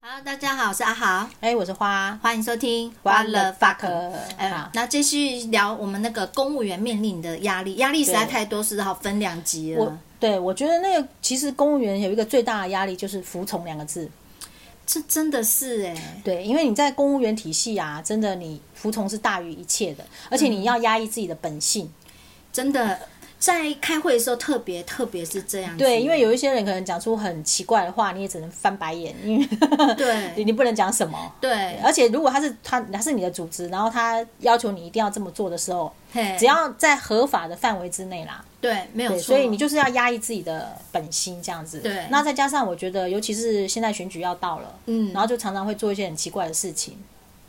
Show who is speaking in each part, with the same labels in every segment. Speaker 1: Hello，大家好，我是阿豪，
Speaker 2: 哎、我是花
Speaker 1: 欢迎收听
Speaker 2: What the fuck？
Speaker 1: 哎
Speaker 2: 好，
Speaker 1: 那继续聊我们那个公务员面临的压力，压力实在
Speaker 2: 对
Speaker 1: 太多，只好分两集
Speaker 2: 我
Speaker 1: 了。
Speaker 2: 对我觉得那个其实公务员有一个最大的压力就是服从两个字，
Speaker 1: 这真的是哎，
Speaker 2: 对，因为你在公务员体系啊，真的你服从是大于一切的，而且
Speaker 1: 嗯
Speaker 2: 你要压抑自己的本性，
Speaker 1: 真的在开会的时候特别特别是这样子。
Speaker 2: 对，因为有一些人可能讲出很奇怪的话，你也只能翻白眼，因为
Speaker 1: 对
Speaker 2: 你你不能讲什么。
Speaker 1: 对，
Speaker 2: 而且如果他是他他是你的组织，然后他要求你一定要这么做的时候，
Speaker 1: 嘿
Speaker 2: 只要在合法的范围之内啦，
Speaker 1: 对没有
Speaker 2: 对，
Speaker 1: 错，
Speaker 2: 所以你就是要压抑自己的本心这样子。
Speaker 1: 对
Speaker 2: 那再加上我觉得，尤其是现在选举要到了，
Speaker 1: 嗯
Speaker 2: 然后就常常会做一些很奇怪的事情。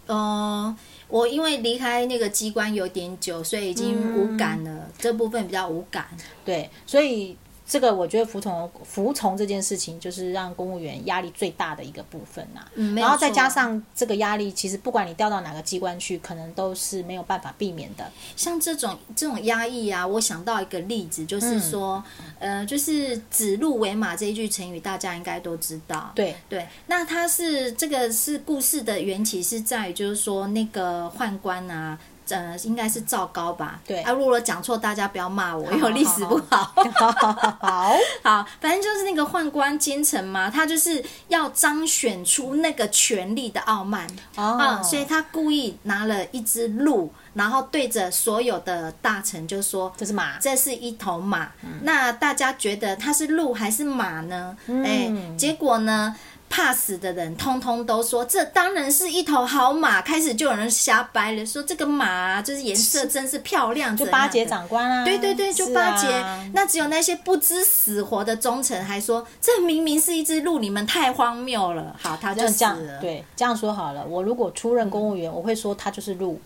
Speaker 1: 呃，我因为离开那个机关有点久，所以已
Speaker 2: 嗯
Speaker 1: 经无感了，这部分比较无感。
Speaker 2: 对，所以这个我觉得服从服从这件事情，就是让公务员压力最大的一个部分啦、
Speaker 1: 嗯没有
Speaker 2: 然后再
Speaker 1: 错
Speaker 2: 加上这个压力，其实不管你调到哪个机关去，可能都是没有办法避免 的。
Speaker 1: 像这种这种压抑啊，我想到一个例子，就是
Speaker 2: 嗯
Speaker 1: 说，呃，就是“指鹿为马”这一句成语，大家应该都知道。
Speaker 2: 对，
Speaker 1: 对，那它是这个是故事的缘起是在于，就是说那个宦官啊。呃，应该是赵高吧？
Speaker 2: 对
Speaker 1: 啊，如果讲错，大家不要骂我，
Speaker 2: 好
Speaker 1: 因为我历史不好。
Speaker 2: 好，
Speaker 1: 好，反正就是那个宦官奸臣嘛，他就是要彰显出那个权力的傲慢啊、
Speaker 2: 哦，
Speaker 1: 所以他故意拿了一只鹿，然后对着所有的大臣就说
Speaker 2: 这是马，
Speaker 1: 这是一头马。
Speaker 2: 嗯
Speaker 1: 那大家觉得它是鹿还是马呢？哎、
Speaker 2: 嗯
Speaker 1: 结果呢？怕死的人通通都说，这当然是一头好马。开始就有人瞎掰了，说这个马、啊、就是颜色真是漂亮，
Speaker 2: 就
Speaker 1: 怎样
Speaker 2: 巴
Speaker 1: 的
Speaker 2: 结长官啊，
Speaker 1: 对对对，就是巴结。
Speaker 2: 啊
Speaker 1: 那只有那些不知死活的忠臣还说，这明明是一只鹿，你们太荒谬了。好，他就
Speaker 2: 那
Speaker 1: 死
Speaker 2: 这样
Speaker 1: 了。
Speaker 2: 对，这样说好了。我如果出任公务员，我会说他就是 鹿。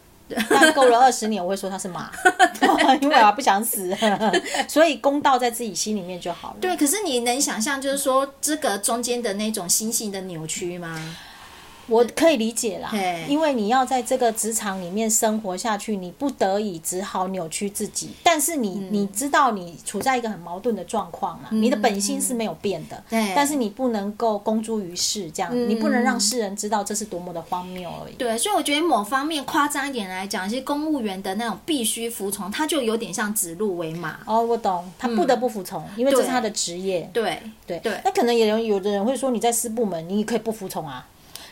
Speaker 2: 但够了二十年，我会说他是马， 因为我不想死， 所以公道在自己心里面就好了。
Speaker 1: 对，可是你能想象，就是说这个中间的那种心性的扭曲吗？
Speaker 2: 我可以理解啦
Speaker 1: 嘿，
Speaker 2: 因为你要在这个职场里面生活下去，你不得已只好扭曲自己。但是你、
Speaker 1: 嗯
Speaker 2: 你知道你处在一个很矛盾的状况啦，你的本心是没有变的，
Speaker 1: 对嗯
Speaker 2: 但是你不能够公诸于世，这样、你不能让世人知道这是多么的荒谬而已。
Speaker 1: 对，所以我觉得某方面夸张一点来讲，其实公务员的那种必须服从，他就有点像指鹿为马。
Speaker 2: 哦，我懂，他不得不服从，因为这
Speaker 1: 对
Speaker 2: 是他的职业。
Speaker 1: 对
Speaker 2: 对
Speaker 1: 嗯对
Speaker 2: 那可能也有有的人会说，你在私部门，你也可以不服从啊。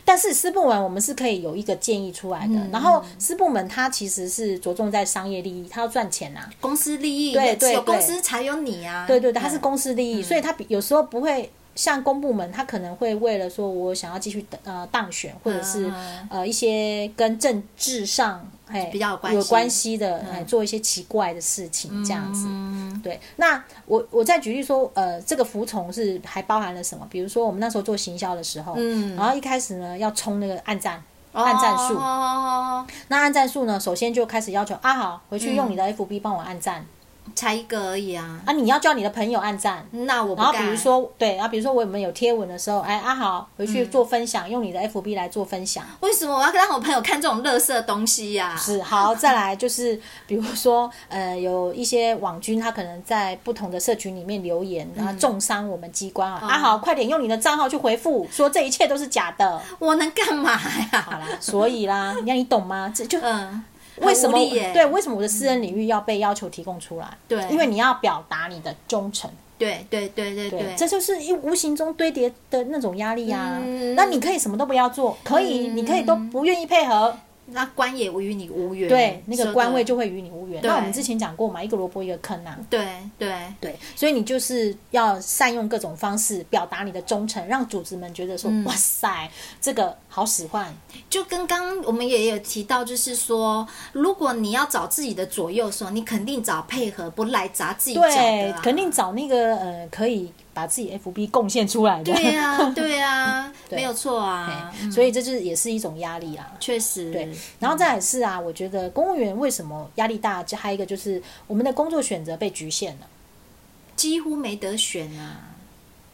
Speaker 2: 但是私部门我们是可以有一个建议出来
Speaker 1: 嗯
Speaker 2: 的，然后私部门它其实是着重在商业利益，它要赚钱啊。
Speaker 1: 公司利益，
Speaker 2: 对对
Speaker 1: 有公
Speaker 2: 对
Speaker 1: 司才有你啊。
Speaker 2: 对对对，它
Speaker 1: 嗯
Speaker 2: 是公司利益，所以它比有时候不会像公部门，它可能会为了说我想要继续呃当选，或者是、
Speaker 1: 嗯
Speaker 2: 呃一些跟政治上哎
Speaker 1: 比较有关系
Speaker 2: 有关系的哎做一些奇怪的事情这样子。
Speaker 1: 嗯
Speaker 2: 对，那我我再举例说，呃，这个服从是还包含了什么？比如说我们那时候做行销的时候，
Speaker 1: 嗯
Speaker 2: 然后一开始呢要冲那个按赞。按赞数，
Speaker 1: 哦，
Speaker 2: 那按赞数呢？首先就开始要求啊，好，回去用你的
Speaker 1: 嗯
Speaker 2: FB 帮我按赞、
Speaker 1: 才一个而已啊。
Speaker 2: 啊，你要叫你的朋友按赞。
Speaker 1: 那我不
Speaker 2: 然后比
Speaker 1: 干
Speaker 2: 如说，对，啊，比如说我们有贴文的时候，哎，啊好，回去做分
Speaker 1: 嗯
Speaker 2: 享，用你的 FB 来做分享。
Speaker 1: 为什么我要让我朋友看这种垃圾东西呀、
Speaker 2: 是好，再来就是比如说，呃，有一些网军他可能在不同的社群里面留言，
Speaker 1: 嗯
Speaker 2: 然后重伤我们机关
Speaker 1: 哦
Speaker 2: 啊，啊好，快点用你的账号去回复，说这一切都是假 的。
Speaker 1: 我能干嘛
Speaker 2: 好
Speaker 1: 呀？
Speaker 2: 啦，所以啦，你看你懂吗？这就
Speaker 1: 嗯，
Speaker 2: 为什么
Speaker 1: 很无力耶嗯
Speaker 2: 对为什么我的私人领域要被要求提供出来？
Speaker 1: 对
Speaker 2: 因为你要表达你的忠诚，
Speaker 1: 对对对对
Speaker 2: 对，
Speaker 1: 对，
Speaker 2: 这就是一无形中堆叠的那种压力啊。
Speaker 1: 嗯
Speaker 2: 那你可以什么都不要做，可以，你可以都不愿意配合，
Speaker 1: 那官也与你无缘。
Speaker 2: 对，那
Speaker 1: 说嗯
Speaker 2: 个
Speaker 1: 得
Speaker 2: 官位就会与你无缘。
Speaker 1: 对
Speaker 2: 那我们之前讲过嘛，一个萝卜一个坑啊。
Speaker 1: 对对
Speaker 2: 对，所以你就是要善用各种方式表达你的忠诚，让组织们觉得说，
Speaker 1: 嗯
Speaker 2: 哇塞，这个好使唤。
Speaker 1: 就跟刚我们也有提到，就是说，如果你要找自己的左右手，你肯定找配合不来砸自己脚
Speaker 2: 对
Speaker 1: 的、啊，，
Speaker 2: 肯定找那个呃，可以把自己 FB 贡献出来的。
Speaker 1: 对呀、对呀、 没有错啊，
Speaker 2: 嘿所以这就是也是一种压力啊啦。
Speaker 1: 确实，
Speaker 2: 对，然后再来是啊，我觉得公务员为什么压力大？就还有一个就是我们的工作选择被局限了。
Speaker 1: 几乎没得选啊。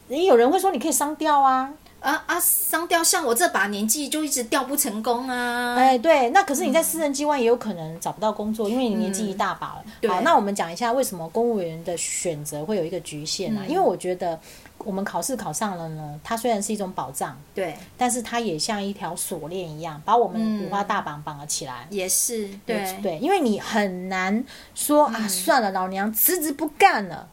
Speaker 2: 也有人会说你可以商调啊，
Speaker 1: 啊啊！商调像我这把年纪就一直调不成功啊。
Speaker 2: 哎，对，那可是你在私人机关也有可能找不到工作，因为你年纪一大把了。
Speaker 1: 对
Speaker 2: 好，那我们讲一下为什么公务员的选择会有一个局限啊？因为我觉得我们考试考上了呢，它虽然是一种保障，
Speaker 1: 对，
Speaker 2: 但是它也像一条锁链一样，把我们
Speaker 1: 嗯
Speaker 2: 五花大绑绑了起来。
Speaker 1: 也是对，
Speaker 2: 对，因为你很难说啊，算了，老娘辞职不干了。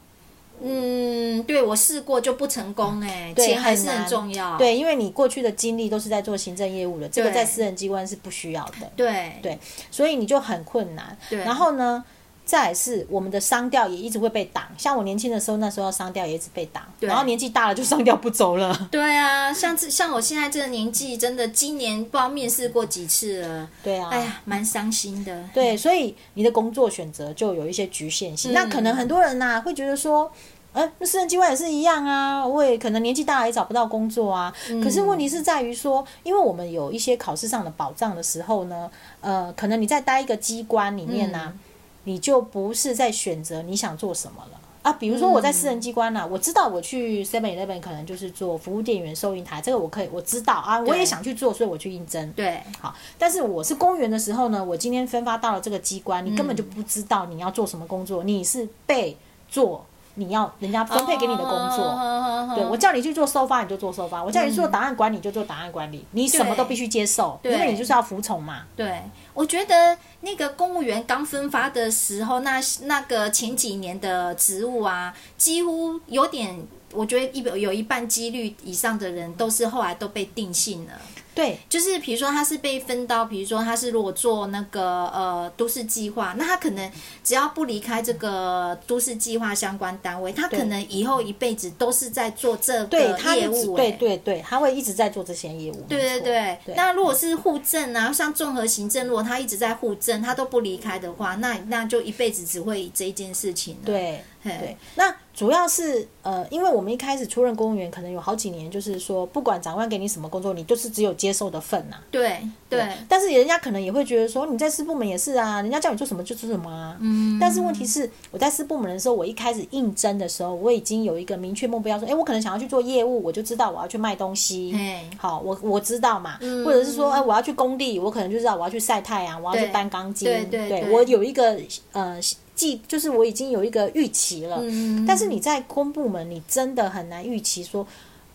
Speaker 1: 嗯，对我试过就不成功哎、
Speaker 2: 嗯对
Speaker 1: 钱还是
Speaker 2: 很难
Speaker 1: 很重要，
Speaker 2: 对，因为你过去的经历都是在做行政业务的，这个
Speaker 1: 对
Speaker 2: 在私人机关是不需要的，
Speaker 1: 对
Speaker 2: 对所以你就很困难。
Speaker 1: 对
Speaker 2: 然后呢，再来是我们的商调也一直会被挡，像我年轻的时候，那时候商调也一直被挡，
Speaker 1: 对
Speaker 2: 然后年纪大了就商调不走了。
Speaker 1: 对啊，像这像我现在这个年纪，真的今年不知道面试过几次了，
Speaker 2: 对啊，
Speaker 1: 哎呀，蛮伤心的。
Speaker 2: 对，所以你的工作选择就有一些局限性。
Speaker 1: 嗯
Speaker 2: 那可能很多人呐、会觉得说，呃，那私人机关也是一样啊，我也可能年纪大了也找不到工作啊。可是问题是在于说，因为我们有一些考试上的保障的时候呢，呃，可能你在待一个机关里面呢、你就不是在选择你想做什么了。啊，比如说我在私人机关呐、我知道我去 Seven Eleven 可能就是做服务店员、收银台，这个我可以我知道啊，我也想去做，所以我去应征。
Speaker 1: 对
Speaker 2: 好，但是我是公务员的时候呢，我今天分发到了这个机关，你根
Speaker 1: 嗯
Speaker 2: 本就不知道你要做什么工作，你是被做你要人家分配给你的工作。
Speaker 1: 哦作
Speaker 2: 对我叫你去做收发，你就做收发；我叫你做档案管理，你就做档案管理。你什么都必须接受，
Speaker 1: 嗯
Speaker 2: 因
Speaker 1: 对
Speaker 2: 为你就是要服从嘛。
Speaker 1: 对，我觉得那个公务员刚分发的时候，那那个前几年的职务啊，几乎有点，我觉得一有一半几率以上的人都是后来都被定性了。
Speaker 2: 对
Speaker 1: 就是比如说他是被分到，比如说他是如果做那个呃都市计划，那他可能只要不离开这个都市计划相关单位，他
Speaker 2: 对
Speaker 1: 可能以后一辈子都是在做这
Speaker 2: 对，
Speaker 1: 个
Speaker 2: 他一
Speaker 1: 业
Speaker 2: 直
Speaker 1: 务、欸。
Speaker 2: 对对对，他会一直在做这些业务。
Speaker 1: 对对
Speaker 2: 没错
Speaker 1: 对，
Speaker 2: 对
Speaker 1: 那如果是户政啊，像综合行政，如果他一直在户政，他都不离开的话，那那就一辈子只会以这一件事情了。
Speaker 2: 对
Speaker 1: 嘿
Speaker 2: 对，那主要是呃，因为我们一开始出任公务员，可能有好几年，就是说，不管长官给你什么工作，你就是只有接受的份啊呐、
Speaker 1: 对对
Speaker 2: 但是人家可能也会觉得说，你在私部门也是啊，人家叫你做什么就做什么啊。
Speaker 1: 嗯，
Speaker 2: 但是问题是，我在私部门的时候，我一开始应征的时候，我已经有一个明确目标，说，哎，我可能想要去做业务，我就知道我要去卖东西。
Speaker 1: 嘿，嗯
Speaker 2: 好，我我知道嘛，或者是说，哎、我要去工地，我可能就知道我要去晒太阳，我要去
Speaker 1: 对
Speaker 2: 搬钢筋。
Speaker 1: 对对对
Speaker 2: 我有一个呃计，就是我已经有一个预期了。
Speaker 1: 嗯，
Speaker 2: 但是你在公部门，你真的很难预期说，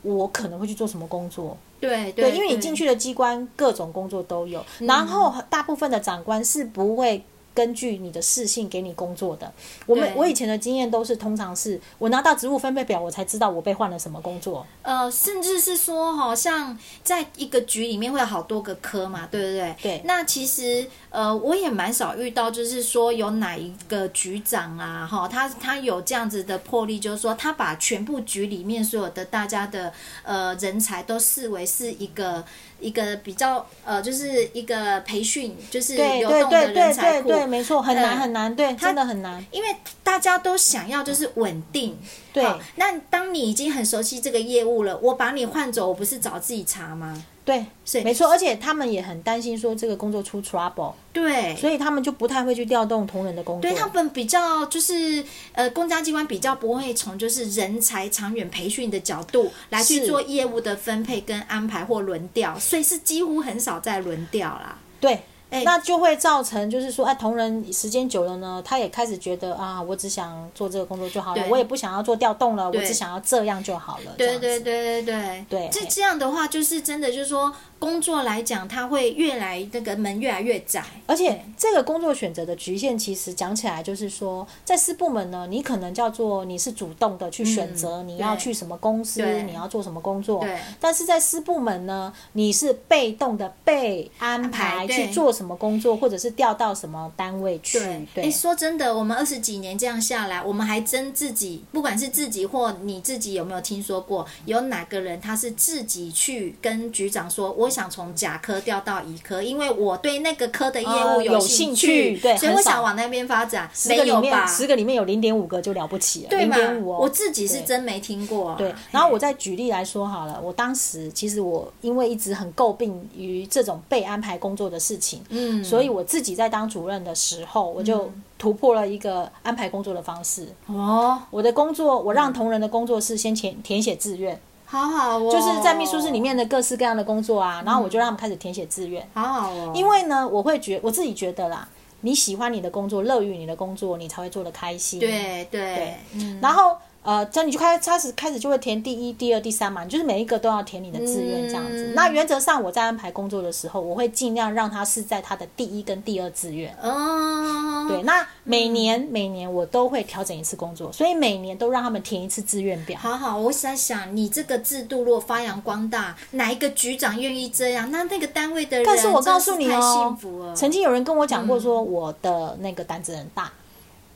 Speaker 2: 我可能会去做什么工作。
Speaker 1: 对嗯
Speaker 2: 对，因为你进去的机关各种工作都有，然后大部分的长官是不会。根据你的事性给你工作的，我们
Speaker 1: 对
Speaker 2: 我以前的经验都是，通常是我拿到职务分配表，我才知道我被换了什么工作。
Speaker 1: 呃，甚至是说，好像在一个局里面会有好多个科嘛，对不对？
Speaker 2: 对
Speaker 1: 那其实呃，我也蛮少遇到，就是说有哪一个局长啊，哈，他他有这样子的魄力，就是说他把全部局里面所有的大家的呃人才都视为是一个一个比较呃，就是一个培训，就是
Speaker 2: 对
Speaker 1: 流
Speaker 2: 对
Speaker 1: 动的
Speaker 2: 对
Speaker 1: 人
Speaker 2: 对
Speaker 1: 才
Speaker 2: 对
Speaker 1: 库。
Speaker 2: 对，没错，很难
Speaker 1: 嗯
Speaker 2: 很难，对，
Speaker 1: 他
Speaker 2: 真的很难。
Speaker 1: 因为大家都想要就是稳定，
Speaker 2: 对
Speaker 1: 好那当你已经很熟悉这个业务了，我把你换走，我不是找自己茬吗？
Speaker 2: 对，
Speaker 1: 哎所以
Speaker 2: 没错，而且他们也很担心说这个工作出 trouble，
Speaker 1: 对，
Speaker 2: 所以他们就不太会去调动同仁的工作。
Speaker 1: 对他们比较就是呃，公家机关比较不会从就是人才长远培训的角度来去
Speaker 2: 是
Speaker 1: 做业务的分配跟安排或轮调，所以是几乎很少在轮调啦。
Speaker 2: 对，
Speaker 1: 哎
Speaker 2: 那就会造成就是说，哎、同仁时间久了呢，他也开始觉得啊，我只想做这个工作就好了，
Speaker 1: 对
Speaker 2: 我也不想要做调动了，我
Speaker 1: 对
Speaker 2: 只想要这样就好了。
Speaker 1: 对
Speaker 2: 这样
Speaker 1: 对
Speaker 2: 子
Speaker 1: 对对对
Speaker 2: 对
Speaker 1: 这
Speaker 2: 嘿
Speaker 1: 这样的话就是真的就是说工作来讲，它会越来那个门越来越窄。
Speaker 2: 而且这个工作选择的局限，其实讲起来就是说，在私部门呢，你可能叫做你是主动的去选择你要
Speaker 1: 嗯对
Speaker 2: 去什么公司，
Speaker 1: 对
Speaker 2: 你要做什么工作
Speaker 1: 对。
Speaker 2: 但是在私部门呢，你是被动的被安排
Speaker 1: 安排对
Speaker 2: 去做什么工作，或者是调到什么单位去。
Speaker 1: 对，哎，说真的，我们二十几年这样下来，我们还真自己，不管是自己或你自己有没有听说过，有哪个人他是自己去跟局长说，我想从甲科调到乙科，因为我对那个科的业务
Speaker 2: 哦有
Speaker 1: 兴
Speaker 2: 兴趣对
Speaker 1: 所以我
Speaker 2: 很少
Speaker 1: 想往那边发展，
Speaker 2: 十
Speaker 1: 没
Speaker 2: 个里
Speaker 1: 有
Speaker 2: 面，
Speaker 1: 吧？
Speaker 2: 十个里面有零点五个就了不起了，
Speaker 1: 对
Speaker 2: 零
Speaker 1: 嘛
Speaker 2: 点五哦。
Speaker 1: 我自己是
Speaker 2: 对
Speaker 1: 真没听过啊、
Speaker 2: 对，然后我再举例来说好了，我当时其实我因为一直很诟病于这种被安排工作的事情，
Speaker 1: 嗯，
Speaker 2: 所以我自己在当主任的时候，我就突破了一个安排工作的方式。
Speaker 1: 哦，
Speaker 2: 我的工作，我让同仁的工作是先填填写志愿，
Speaker 1: 好好哦，
Speaker 2: 就是在秘书室里，面的各式各样的工作
Speaker 1: 嗯
Speaker 2: 啊，然后我就让他们开始填写志愿。
Speaker 1: 好好哦，
Speaker 2: 因为呢，我会觉我自己觉得啦，你喜欢你的工作，乐于你的工作，你才会做得开心。
Speaker 1: 对对
Speaker 2: 对
Speaker 1: 嗯，
Speaker 2: 然后呃，这样你就开开始开始就会填第一、第二、第三嘛，你就是每一个都要填你的志愿这样子。
Speaker 1: 嗯
Speaker 2: 那原则上我在安排工作的时候，我会尽量让它是在他的第一跟第二志愿。
Speaker 1: 哦，
Speaker 2: 对，，那每
Speaker 1: 嗯
Speaker 2: 年、每年我都会调整一次工作，所以每年都让他们填一次志愿表。
Speaker 1: 好好，我在想，你这个制度如果发扬光大，哪一个局长愿意这样？那那个单位的人，
Speaker 2: 但是我告诉你
Speaker 1: 啊真是太幸
Speaker 2: 哦
Speaker 1: 福了，，
Speaker 2: 曾经有人跟我讲过说我的那个胆子很大，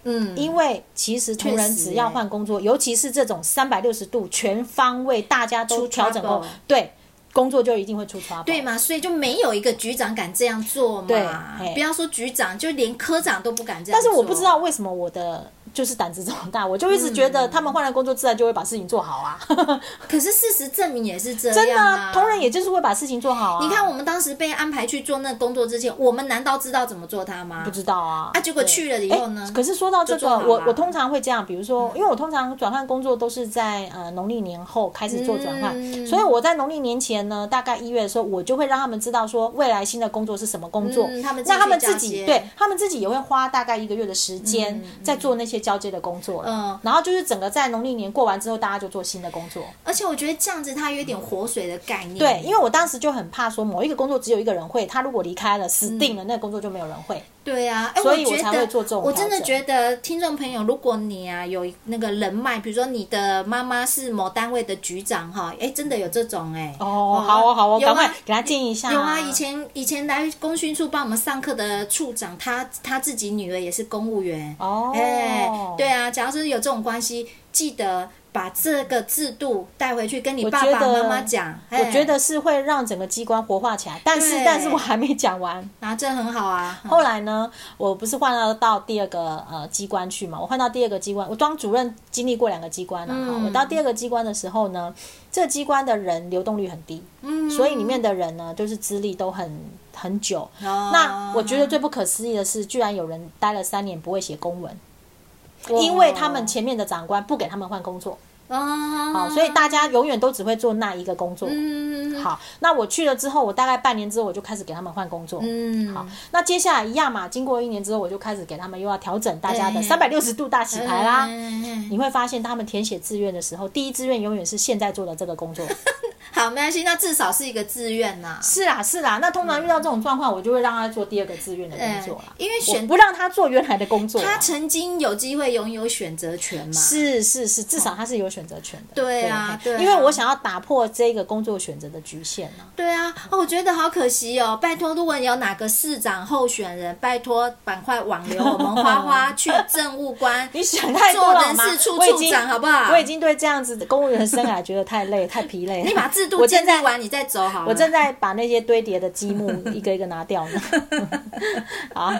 Speaker 1: 嗯，
Speaker 2: 因为其实同
Speaker 1: 确
Speaker 2: 仁
Speaker 1: 实
Speaker 2: 只要换工作，尤其是这种三百六十度全方位大家
Speaker 1: 出
Speaker 2: 都调整过
Speaker 1: trouble，
Speaker 2: 对工作就一定会出 trouble。
Speaker 1: 对嘛，所以就没有一个局长敢这样做
Speaker 2: 对
Speaker 1: 嘛。
Speaker 2: 嘿
Speaker 1: 不要说局长，就连科长都不敢这样
Speaker 2: 但是
Speaker 1: 做。
Speaker 2: 我不知道为什么我的 就是胆子这么大，我就一直觉
Speaker 1: 嗯
Speaker 2: 得他们换了工作，自然就会把事情做好啊。
Speaker 1: 可是事实证明也是这样、
Speaker 2: 真的
Speaker 1: 啊
Speaker 2: 啊，。同仁也就是会把事情做好啊。
Speaker 1: 你看，我们当时被安排去做那个工作之前，我们难道知道怎么做它吗？
Speaker 2: 不知道啊。
Speaker 1: 啊结果
Speaker 2: 对
Speaker 1: 去了以后呢
Speaker 2: 诶可是说到这
Speaker 1: 就做嗯
Speaker 2: 个，
Speaker 1: 好
Speaker 2: 我
Speaker 1: 啦
Speaker 2: 我通常会这样，比如说，因为我通常转换工作都是在呃农历年后开始做转换，
Speaker 1: 嗯
Speaker 2: 所以我在农历年前呢，大概一月的时候，我就会让他们知道说未来新的工作是什么工作，
Speaker 1: 嗯他们自己
Speaker 2: 那他们
Speaker 1: 去交
Speaker 2: 自己
Speaker 1: 接
Speaker 2: 对他们自己也会花大概一个月的时间在做那些交接的工作了，
Speaker 1: 嗯
Speaker 2: 然后就是整个在农历年过完之后，大家就做新的工作。
Speaker 1: 而且我觉得这样子它有点活水的概念。
Speaker 2: 对，因为我当时就很怕说某一个工作只有一个人会，他如果离开了死定了，那个工作就没有人会。
Speaker 1: 对啊，哎
Speaker 2: 所以
Speaker 1: 我
Speaker 2: 我
Speaker 1: 觉
Speaker 2: 才
Speaker 1: 得
Speaker 2: 会做这种
Speaker 1: 我真的
Speaker 2: 调整
Speaker 1: 觉得听众朋友，如果你啊有那个人脉，比如说你的妈妈是某单位的局长哈，哎，真的有这种哎、
Speaker 2: 哦，好哦，好哦，
Speaker 1: 有
Speaker 2: 赶
Speaker 1: 啊
Speaker 2: 快给他建议一下。
Speaker 1: 有啊，以前以前来工训处帮我们上课的处长，他他自己女儿也是公务员。
Speaker 2: 哦，
Speaker 1: 哎、对啊，假如是有这种关系，记得把这个制度带回去跟你
Speaker 2: 我
Speaker 1: 爸
Speaker 2: 觉
Speaker 1: 爸妈
Speaker 2: 得
Speaker 1: 妈讲。
Speaker 2: 我
Speaker 1: 哎
Speaker 2: 觉，得是会让整个机关活化起来，但是
Speaker 1: 对
Speaker 2: 但是我还没讲完。
Speaker 1: 啊，这很好啊。
Speaker 2: 后来呢，我不是换到到第二个呃机关去嘛？我换到第二个机关，我当主任经历过两个机关了、啊、哈、
Speaker 1: 嗯
Speaker 2: 我到第二个机关的时候呢，这个机关的人流动率很低，
Speaker 1: 嗯，
Speaker 2: 所以里面的人呢，就是资历都很很久。
Speaker 1: 哦
Speaker 2: 那我觉得最不可思议的是，居然有人待了三年不会写公文，因为他们前面的长官不给他们换工作。
Speaker 1: 哦，
Speaker 2: 好，所以大家永远都只会做那一个工作。
Speaker 1: 嗯
Speaker 2: 好，那我去了之后，我大概半年之后，我就开始给他们换工作。
Speaker 1: 嗯
Speaker 2: 好，那接下来一样嘛，经过一年之后，我就开始给他们又要调整大家的
Speaker 1: 对
Speaker 2: 三百六十度大洗牌啦。
Speaker 1: 嗯
Speaker 2: 你会发现，他们填写志愿的时候，第一志愿永远是现在做的这个工作。
Speaker 1: 好，没关系，那至少是一个志愿呐。
Speaker 2: 是啦，是啦。那通常遇到这种状况，我就会让他做第二个志愿的工作啦
Speaker 1: 嗯，因为
Speaker 2: 我
Speaker 1: 选
Speaker 2: 不让他做原来的工作啦。
Speaker 1: 他曾经有机会拥有选择权嘛？
Speaker 2: 是是是，至少他是有选择权的。
Speaker 1: 对啊对啊
Speaker 2: 因为我想要打破这个工作选择的局限啊。
Speaker 1: 对啊，哦，我觉得好可惜哦。拜托，如果你有哪个市长候选人，拜托赶快网留我们花花去政务官。
Speaker 2: 你想太多了好吗
Speaker 1: 做人事处
Speaker 2: 我已经
Speaker 1: 处长好不好
Speaker 2: 我已经对这样子的公务员生涯觉得太 累、太疲累了。
Speaker 1: 你把制度
Speaker 2: 我
Speaker 1: 建
Speaker 2: 正
Speaker 1: 立
Speaker 2: 在，
Speaker 1: 完，你再走好了。
Speaker 2: 我正在把那些堆叠的积木一个一个拿掉 呢。 好。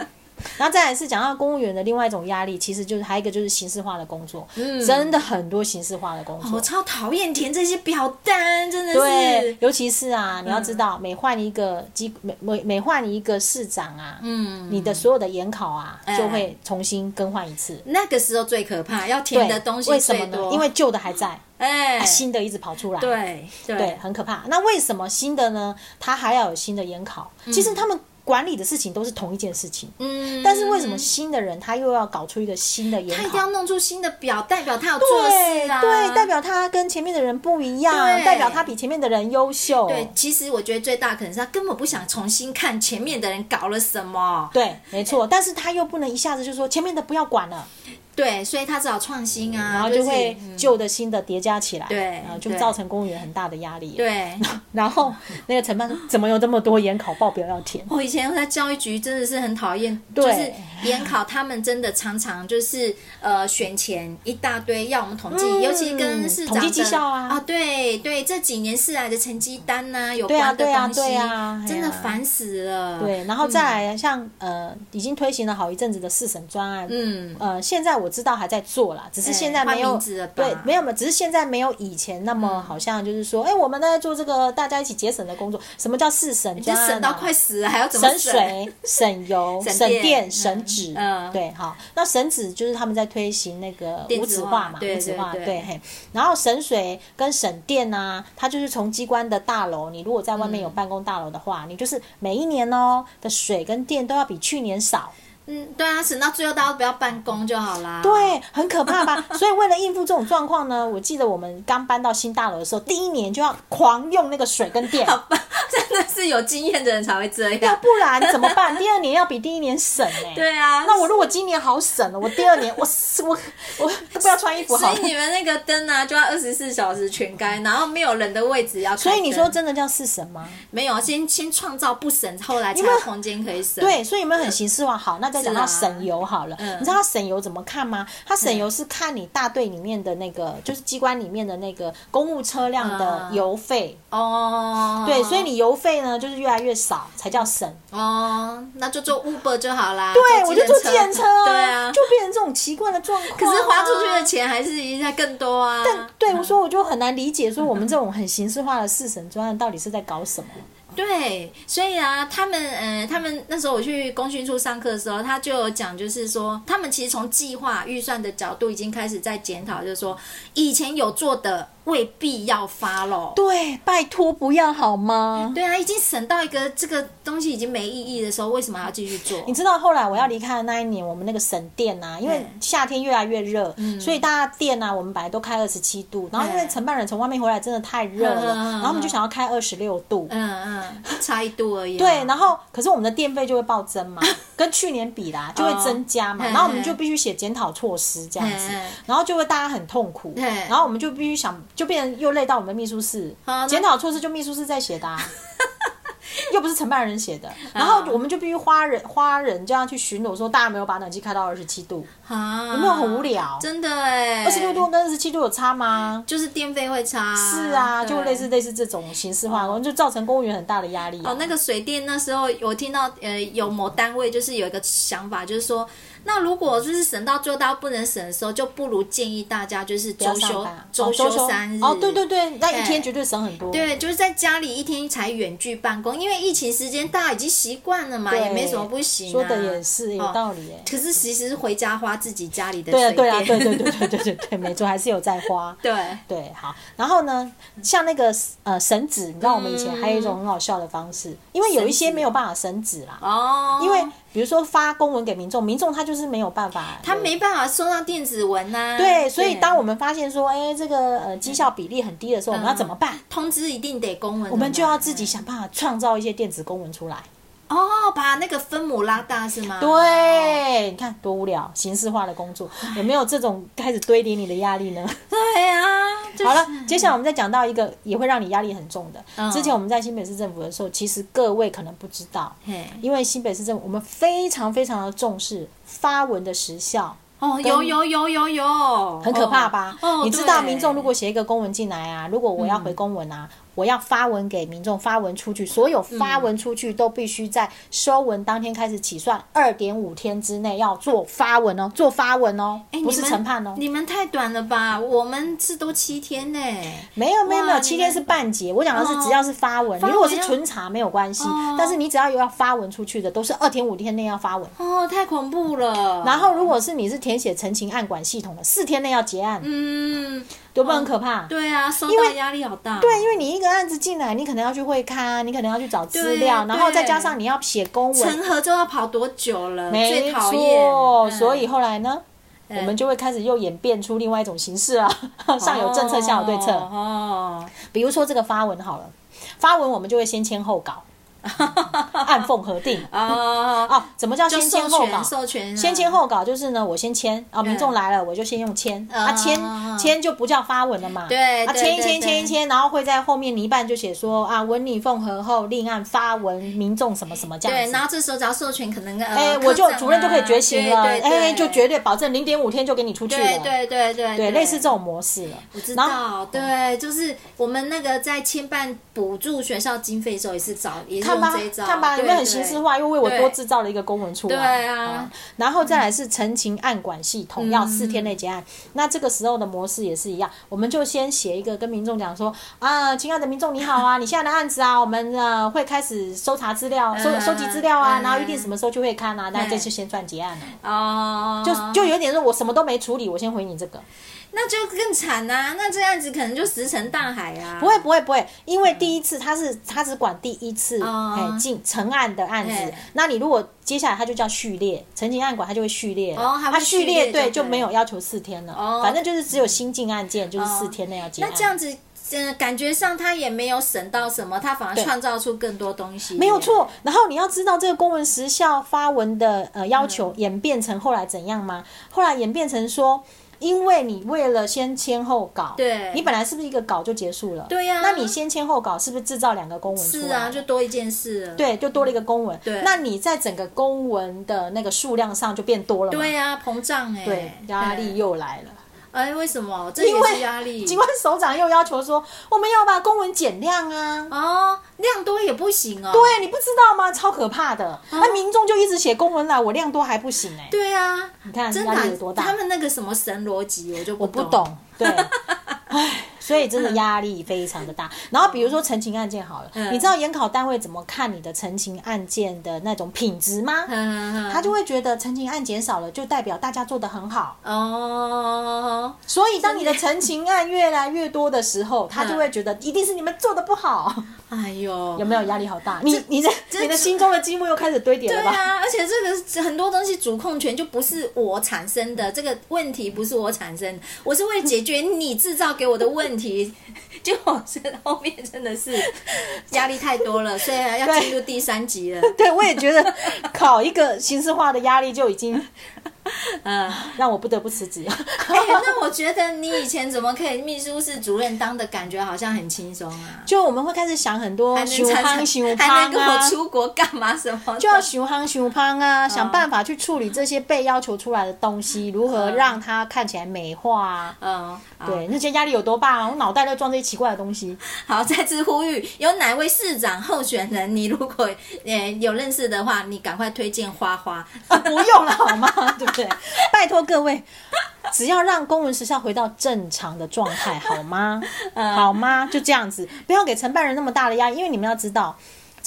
Speaker 2: 然后再来是讲到公务员的另外一种压力，其实就是还有一个就是形式化的工作，真的很多形式化的工
Speaker 1: 嗯哦
Speaker 2: 作
Speaker 1: 我。超讨厌填这些表单，真的
Speaker 2: 对
Speaker 1: 是，。嗯
Speaker 2: 尤其是啊，你要知道，每换一个机，每每每换一个市长啊，
Speaker 1: 嗯，
Speaker 2: 你的所有的研考啊，
Speaker 1: 哎
Speaker 2: 就会重新更换一次。
Speaker 1: 那个时候最可怕，要填
Speaker 2: 对
Speaker 1: 的东西
Speaker 2: 为什么
Speaker 1: 最
Speaker 2: 呢
Speaker 1: 多。？
Speaker 2: 因为旧的还在，
Speaker 1: 哎，
Speaker 2: 新的一直跑出来。
Speaker 1: 对
Speaker 2: 对，很可怕。那为什么新的呢？它还要有新的研考？其实他们管理的事情都是同一件事情，
Speaker 1: 嗯，
Speaker 2: 但是为什么新的人他又要搞出一个新的研
Speaker 1: 他一定
Speaker 2: 考
Speaker 1: 要？弄出新的表，代表他有做
Speaker 2: 对
Speaker 1: 事啊，
Speaker 2: 对，代表他跟前面的人不一样，
Speaker 1: 对
Speaker 2: 代表他比前面的人优秀。
Speaker 1: 对，其实我觉得最大可能是他根本不想重新看前面的人搞了什么，
Speaker 2: 对，没错。但是他又不能一下子就说前面的不要管了，
Speaker 1: 对，所以他只好创新啊，
Speaker 2: 然后
Speaker 1: 就
Speaker 2: 就是会
Speaker 1: 嗯
Speaker 2: 旧的新的叠加起来，
Speaker 1: 对
Speaker 2: 然后就
Speaker 1: 对
Speaker 2: 造成公务员很大的压力。
Speaker 1: 对。
Speaker 2: 然后那个承办说怎么有这么多研考报表要填？
Speaker 1: 我以前在教育局真的是很讨厌，就
Speaker 2: 对
Speaker 1: 是研考他们真的常常就是呃选前一大堆要我们统计，
Speaker 2: 嗯
Speaker 1: 尤其跟市长的
Speaker 2: 统计绩效啊
Speaker 1: 对对，这几年市来的成绩单呐、有
Speaker 2: 对啊
Speaker 1: 关的
Speaker 2: 对啊
Speaker 1: 东西，
Speaker 2: 对啊
Speaker 1: 真的
Speaker 2: 哎呀
Speaker 1: 烦死了。
Speaker 2: 对，然后再来像呃，已经推行了好一阵子的四审专案，
Speaker 1: 嗯，哎
Speaker 2: 呃，现在我知道还在做啦，只是现在没
Speaker 1: 换
Speaker 2: 有
Speaker 1: 名字了吧嗯
Speaker 2: 对，没有没有，只是现在没有以前那么好像就是说，哎，我们都在做这个大家一起节省的工作。什么叫四审
Speaker 1: 你就
Speaker 2: 专案啊？
Speaker 1: 哎省到快死了，还要怎么
Speaker 2: 省水、 省油、
Speaker 1: 省
Speaker 2: 省
Speaker 1: 电
Speaker 2: 电、
Speaker 1: 嗯
Speaker 2: 省纸，
Speaker 1: 嗯
Speaker 2: 对，好，那省纸就是他们在推行那个
Speaker 1: 电
Speaker 2: 无
Speaker 1: 子
Speaker 2: 纸
Speaker 1: 化
Speaker 2: 化嘛，
Speaker 1: 对
Speaker 2: 无纸
Speaker 1: 对
Speaker 2: 化，
Speaker 1: 对
Speaker 2: 对，嘿。然后省水跟省电啊，它就是从机关的大楼，你如果
Speaker 1: 嗯
Speaker 2: 在外面有办公大楼的话，你就是每一年哦的水跟电都要比去年少，
Speaker 1: 嗯，对啊，省到最后大家都不要办公就好啦。
Speaker 2: 对，很可怕吧？ 所以为了应付这种状况呢，我记得我们刚搬到新大楼的时候，第一年就要狂用那个水跟电，
Speaker 1: 好吧， 真的是有经验的人才会这
Speaker 2: 要
Speaker 1: 样。
Speaker 2: 不然怎么办？第二年要比第一年省 哎、
Speaker 1: 对啊，
Speaker 2: 那我如果今年好省了，我第二年我我我都不要穿衣服好
Speaker 1: 所
Speaker 2: 了
Speaker 1: 以。你们那个灯啊，就要二十四小时全开，然后没有人的位置要开灯。
Speaker 2: 所以你说真的叫四神吗？
Speaker 1: 没有，啊先先创造不省，后来才
Speaker 2: 你们
Speaker 1: 有空间可以省。
Speaker 2: 对，所以有没有很形式化？好，那再讲
Speaker 1: 嗯是啊
Speaker 2: 到省油好了。
Speaker 1: 嗯
Speaker 2: 你知道它省油怎么看吗？它省油是看你大队里面的那个，就是机关里面的那个公务车辆的
Speaker 1: 嗯
Speaker 2: 油费。
Speaker 1: 哦，
Speaker 2: 对，所以你油费呢就是越来越少，才叫省。
Speaker 1: 哦，那就做 Uber 就好啦。
Speaker 2: 对，我就坐
Speaker 1: 计
Speaker 2: 计
Speaker 1: 程
Speaker 2: 程车啊，
Speaker 1: 对啊，
Speaker 2: 就变成这种奇怪的状况啊、
Speaker 1: 可是花出去的钱还是一下更多啊。
Speaker 2: 但对我说，我就很难理解，说我们这种很形式化的四神专案到底是在搞什么？
Speaker 1: 对，所以啊，他们呃，他们那时候我去公训处上课的时候，他就有讲，就是说，他们其实从计划预算的角度已经开始在检讨，就是说，以前有做的未必要发喽。
Speaker 2: 对，拜托不要好吗？
Speaker 1: 对啊，已经省到一个这个东西已经没意义的时候，为什么还要继续做
Speaker 2: 你？知道后来我要离开的那一年，我们那个省电啊，因为
Speaker 1: 嗯
Speaker 2: 夏天越来越热，所以大家电啊，我们本来都开二十七度，然后因为
Speaker 1: 嗯
Speaker 2: 承办人从外面回来真的太热
Speaker 1: 嗯
Speaker 2: 了，
Speaker 1: 嗯嗯
Speaker 2: 然后我们就想要开二十六度。
Speaker 1: 嗯嗯，差一度而已啊、
Speaker 2: 对，然后可是我们的电费就会暴 增嘛，跟去年比啦，就会增加嘛，
Speaker 1: 嘿
Speaker 2: 然后我们就必须写检讨措施这样子
Speaker 1: 嘿嘿，
Speaker 2: 然后就会大家很痛苦，
Speaker 1: 嘿
Speaker 2: 然后我们就必须想，就变成又累到我们的秘书室
Speaker 1: 好，那
Speaker 2: 检讨措施就秘书室在写 的、啊。又不是承办人写的，
Speaker 1: 嗯
Speaker 2: 然后我们就必须花人花人这样去巡逻，说大家没有把暖气开到二十七度，
Speaker 1: 啊，
Speaker 2: 有没有很无聊
Speaker 1: 真的哎，
Speaker 2: 二十六度跟二十七度有差吗？
Speaker 1: 就是电费会差。
Speaker 2: 是啊，就
Speaker 1: 对
Speaker 2: 类似类似这种形式化，然后就造成公务员很大的压力啊、
Speaker 1: 哦，那个水电那时候我听到，呃，有某单位就是有一个想法，就是说，那如果就是省到最后大家不能省的时候，就不如建议大家就是
Speaker 2: 不要
Speaker 1: 周
Speaker 2: 上
Speaker 1: 休
Speaker 2: 班
Speaker 1: 周
Speaker 2: 哦
Speaker 1: 休三日。
Speaker 2: 哦，对对对，那
Speaker 1: 对
Speaker 2: 一天绝对省很多。
Speaker 1: 对，就是在家里一天才远距办公，因为疫情时间大家已经习惯了嘛，
Speaker 2: 对，
Speaker 1: 也没什么不行、啊。
Speaker 2: 说的也是有道理耶。
Speaker 1: 可是其实是回家花自己家里的水
Speaker 2: 对啊，
Speaker 1: 电。
Speaker 2: 对啊，对对对对对对对，没错，还是有在花。
Speaker 1: 对
Speaker 2: 对，好。然后呢，像那个呃绳子，你知道我们以
Speaker 1: 嗯
Speaker 2: 前还有一种很好笑的方式，因为有一些没有办法绳子啦，
Speaker 1: 哦，
Speaker 2: 因为比如说发公文给民众，民众他就是没有办法，
Speaker 1: 他没办法收到电子文啊呐、
Speaker 2: 对，所以当我们发现说，哎，这个呃绩效比例很低的时候，我
Speaker 1: 嗯
Speaker 2: 们要怎么办？
Speaker 1: 通知一定得公文了嘛，
Speaker 2: 我们就要自
Speaker 1: 嗯
Speaker 2: 己想办法创造一些电子公文出来。
Speaker 1: 哦，把那个分母拉大是吗？
Speaker 2: 对，你看多无聊，形式化的 工作，有没有这种开始堆叠你的压力呢？
Speaker 1: 对啊，就是、
Speaker 2: 好了，接下来我们再讲到一个也会让你压力很重的。
Speaker 1: 嗯
Speaker 2: 之前我们在新北市政府的时候，其实各位可能不知道，
Speaker 1: 嘿，
Speaker 2: 因为新北市政府我们非常非常的重视发文的时效，
Speaker 1: 哦，有有有有有，
Speaker 2: 很可怕吧？
Speaker 1: 哦，哦
Speaker 2: 你知道
Speaker 1: 对
Speaker 2: 民众如果写一个公文进来啊，如果我要回公文啊，我要发文给民众，发文出去，所有发文出去都必须在收文当天开始起算二点五天之内要做发文哦，做发文哦，
Speaker 1: 哎
Speaker 2: 不是
Speaker 1: 你们
Speaker 2: 审判哦。
Speaker 1: 你们太短了吧？我们是都七天呢、
Speaker 2: 没有没有没有，
Speaker 1: 哇
Speaker 2: 七天是半截。我讲的是
Speaker 1: 哦
Speaker 2: 只要是发文，
Speaker 1: 发文
Speaker 2: 你如果是纯查没有关系
Speaker 1: 哦，
Speaker 2: 但是你只要有要发文出去的，都是二天五天内要发文。
Speaker 1: 哦，太恐怖了。
Speaker 2: 然，后如果是你是填写陈情案管系统的，四天内要结案，
Speaker 1: 嗯，
Speaker 2: 有没有很可怕？
Speaker 1: 对啊，收
Speaker 2: 因
Speaker 1: 到
Speaker 2: 为
Speaker 1: 压力好大。
Speaker 2: 对，因为你一个案子进来，你可能要去会刊，你可能要去找资料，
Speaker 1: 对
Speaker 2: 然后
Speaker 1: 对
Speaker 2: 再加上你要写公文，
Speaker 1: 成盒就要跑多久了？最
Speaker 2: 没
Speaker 1: 讨厌。
Speaker 2: 错。
Speaker 1: 嗯
Speaker 2: 所以后来呢，我们就会开始又演变出另外一种形 式啊，上有政策，下有对策。
Speaker 1: 哦，
Speaker 2: 比如说这个发文好了，发文我们就会先签后稿， 按缝核定。
Speaker 1: 哦哦，哦
Speaker 2: 哦，怎么叫
Speaker 1: 啊就
Speaker 2: 先
Speaker 1: 授
Speaker 2: 签后稿
Speaker 1: 权，？授权啊，
Speaker 2: 先签后稿就是呢，我先签啊，民众来了我就先用签啊，签
Speaker 1: 嗯嗯嗯
Speaker 2: 签就不叫发文了嘛。
Speaker 1: 对
Speaker 2: 啊，
Speaker 1: 对
Speaker 2: 签一
Speaker 1: 对对
Speaker 2: 签签一签，然后会在后面泥半就写说啊，文理缝合后另案发文，民众什么什么这样
Speaker 1: 对，
Speaker 2: 子
Speaker 1: 然。后这时候只要授权，可能呃
Speaker 2: 哎，
Speaker 1: 科
Speaker 2: 我就
Speaker 1: 长
Speaker 2: 主任就可以
Speaker 1: 啊
Speaker 2: 觉醒了，
Speaker 1: 对对
Speaker 2: 哎，
Speaker 1: 对
Speaker 2: 就绝对保证零点五天就给你出去
Speaker 1: 对
Speaker 2: 了，
Speaker 1: 对对对
Speaker 2: 对，类似这种模式了。
Speaker 1: 我知
Speaker 2: 然后
Speaker 1: 道，对，就是我们那个在牵办补助学校经费的时候，也是找，也是
Speaker 2: 看
Speaker 1: 用
Speaker 2: 吧
Speaker 1: 这一，招，
Speaker 2: 看吧，有没有很
Speaker 1: 对
Speaker 2: 形式？化？又为我
Speaker 1: 对
Speaker 2: 多制造了一个公文出来。
Speaker 1: 对啊嗯
Speaker 2: 然后再来是陈情案管系统，要四天内结案。那这个时候的模式也是一样，我们就先写一个跟民众讲说啊，亲爱的民众你好啊，你现在的案子啊，我们呃会开始搜查资料，收
Speaker 1: 嗯
Speaker 2: 收集资料啊，
Speaker 1: 嗯
Speaker 2: 然后预定什么时候就会看啊，那
Speaker 1: 嗯
Speaker 2: 这次先算结案了。
Speaker 1: 对哦，
Speaker 2: 就就有点说我什么都没处理，我先回你这个。
Speaker 1: 那就更惨啊！那这样子可能就石沉大海啊！
Speaker 2: 不会不会不会，因为第一次他是他只管第一次哎、
Speaker 1: 嗯哦
Speaker 2: 进成案的案子
Speaker 1: 哎，
Speaker 2: 那你如果接下来它就叫序列，成警案管它就会序列了，
Speaker 1: 哦还会
Speaker 2: 它序列
Speaker 1: 序列就
Speaker 2: 对
Speaker 1: 对
Speaker 2: 就没有要求四天了，
Speaker 1: 哦
Speaker 2: 反正就是只有新进案件就是四天内要结
Speaker 1: 那
Speaker 2: 案。
Speaker 1: 这样子，嗯、感觉上他也没有省到什么，他反而创造出更多东西，
Speaker 2: 没有。错。然后你要知道这个公文时效发文的呃要求
Speaker 1: 嗯
Speaker 2: 演变成后来怎样吗？后来演变成说。因为你为了先签后稿，
Speaker 1: 对
Speaker 2: 你本来是不是一个稿就结束了？
Speaker 1: 对呀
Speaker 2: 那你先签后稿，是不是制造两个公文出来？
Speaker 1: 是啊，就多一件事了。
Speaker 2: 对，就多了一个公文。
Speaker 1: 对
Speaker 2: 那你在整个公文的那个数量上就变多了嘛？
Speaker 1: 对呀、膨胀哎、
Speaker 2: 对，压力
Speaker 1: 又
Speaker 2: 又来了。
Speaker 1: 哎、为什么？这
Speaker 2: 因
Speaker 1: 也
Speaker 2: 为
Speaker 1: 是压力。
Speaker 2: 警官首长又要求说，我们要把公文减量啊。
Speaker 1: 哦，量多也不行哦。
Speaker 2: 对，你不知道吗？超可怕的。那民众就一直写公文来，我量多还不行哎、
Speaker 1: 啊对啊，
Speaker 2: 你看
Speaker 1: 真
Speaker 2: 压力有
Speaker 1: 的
Speaker 2: 多大？
Speaker 1: 他们那个什么神逻辑，我就
Speaker 2: 我不懂，对， 唉，所以真的压力非常的大。然后比如说陈情案件好了，
Speaker 1: 嗯
Speaker 2: 你知道研考单位怎么看你的陈情案件的那种品质吗？
Speaker 1: 嗯，
Speaker 2: 他就会觉得陈情案减少了，就代表大家做的很好。
Speaker 1: 哦，
Speaker 2: 所以当你的陈情案越来越多的时候，他就会觉得一定是你们做的不好，
Speaker 1: 哎呦，
Speaker 2: 嗯 有没有压力好大？你你的你的心中的积木又开始堆叠
Speaker 1: 对
Speaker 2: 了吧？
Speaker 1: 啊，而且这个很多东西主控权就不是我产生的，这个问题不是我产生的，我是为了解决你制造给我的问题。 结果是后面真的是压力太多了，所以要进入第三集了。
Speaker 2: 对，我也觉得考一个形式化的压力就已经
Speaker 1: 嗯，
Speaker 2: 让我不得不辞 职。
Speaker 1: 哎、那我觉得你以前怎么可以秘书室主任当的感觉好像很轻松啊？
Speaker 2: 就我们会开始想很多
Speaker 1: 还
Speaker 2: 熊
Speaker 1: 能
Speaker 2: 康
Speaker 1: 参
Speaker 2: 熊
Speaker 1: 还能
Speaker 2: 康
Speaker 1: 跟我
Speaker 2: 啊，
Speaker 1: 出国干嘛什么的？
Speaker 2: 就要熊康熊康啊，想办法去处理这些被要求出来的东西，如何让它看起来美化啊？
Speaker 1: 嗯，好
Speaker 2: 对，那些压力有多大啊？我脑袋在装这些奇怪的东西。
Speaker 1: 好，再次呼吁，有哪位市长候选人，你如果呃有认识的话，你赶快推荐花花。
Speaker 2: 啊不用了好吗？ 对不对？拜托各位，只要让公文时效回到正常的状态 好吗？
Speaker 1: 嗯
Speaker 2: 好吗？就这样子，不要给承办人那么大的压力，因为你们要知道。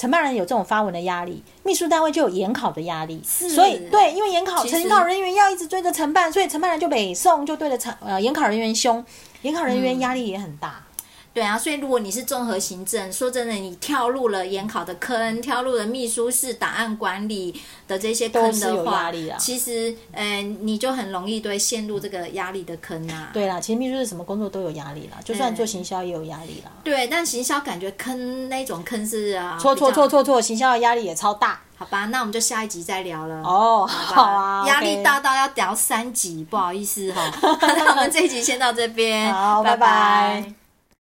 Speaker 2: 承办人有这种发文的压力，秘书单位就有研考的压力，
Speaker 1: 是
Speaker 2: 所以对，因为研考
Speaker 1: 其实
Speaker 2: 研考人员要一直追着承办，所以承办人就北送，就对着承呃研考人员凶，研考人
Speaker 1: 嗯
Speaker 2: 员压力也很大。
Speaker 1: 对啊，所以如果你是综合行政，说真的，你跳入了研考的坑，跳入了秘书室档案管理的这些
Speaker 2: 都
Speaker 1: 坑
Speaker 2: 是有
Speaker 1: 的话，
Speaker 2: 压力啊
Speaker 1: 其实呃你就很容易对陷入这个压力的坑啊。
Speaker 2: 对啦，其实秘书是什么工作都有压力
Speaker 1: 嗯
Speaker 2: 啦，就算做行销也有压力啦。
Speaker 1: 对，但行销感觉坑那种坑是啊，
Speaker 2: 错错
Speaker 1: 比较
Speaker 2: 错，错错，行销的压力也超大
Speaker 1: 好吧，那我们就下一集再聊了。
Speaker 2: 哦。
Speaker 1: 吧
Speaker 2: 好啊，
Speaker 1: 压
Speaker 2: OK
Speaker 1: 力大到要 聊三集，不好意思哈、那我们这一集先到这边，
Speaker 2: 好拜拜
Speaker 1: 拜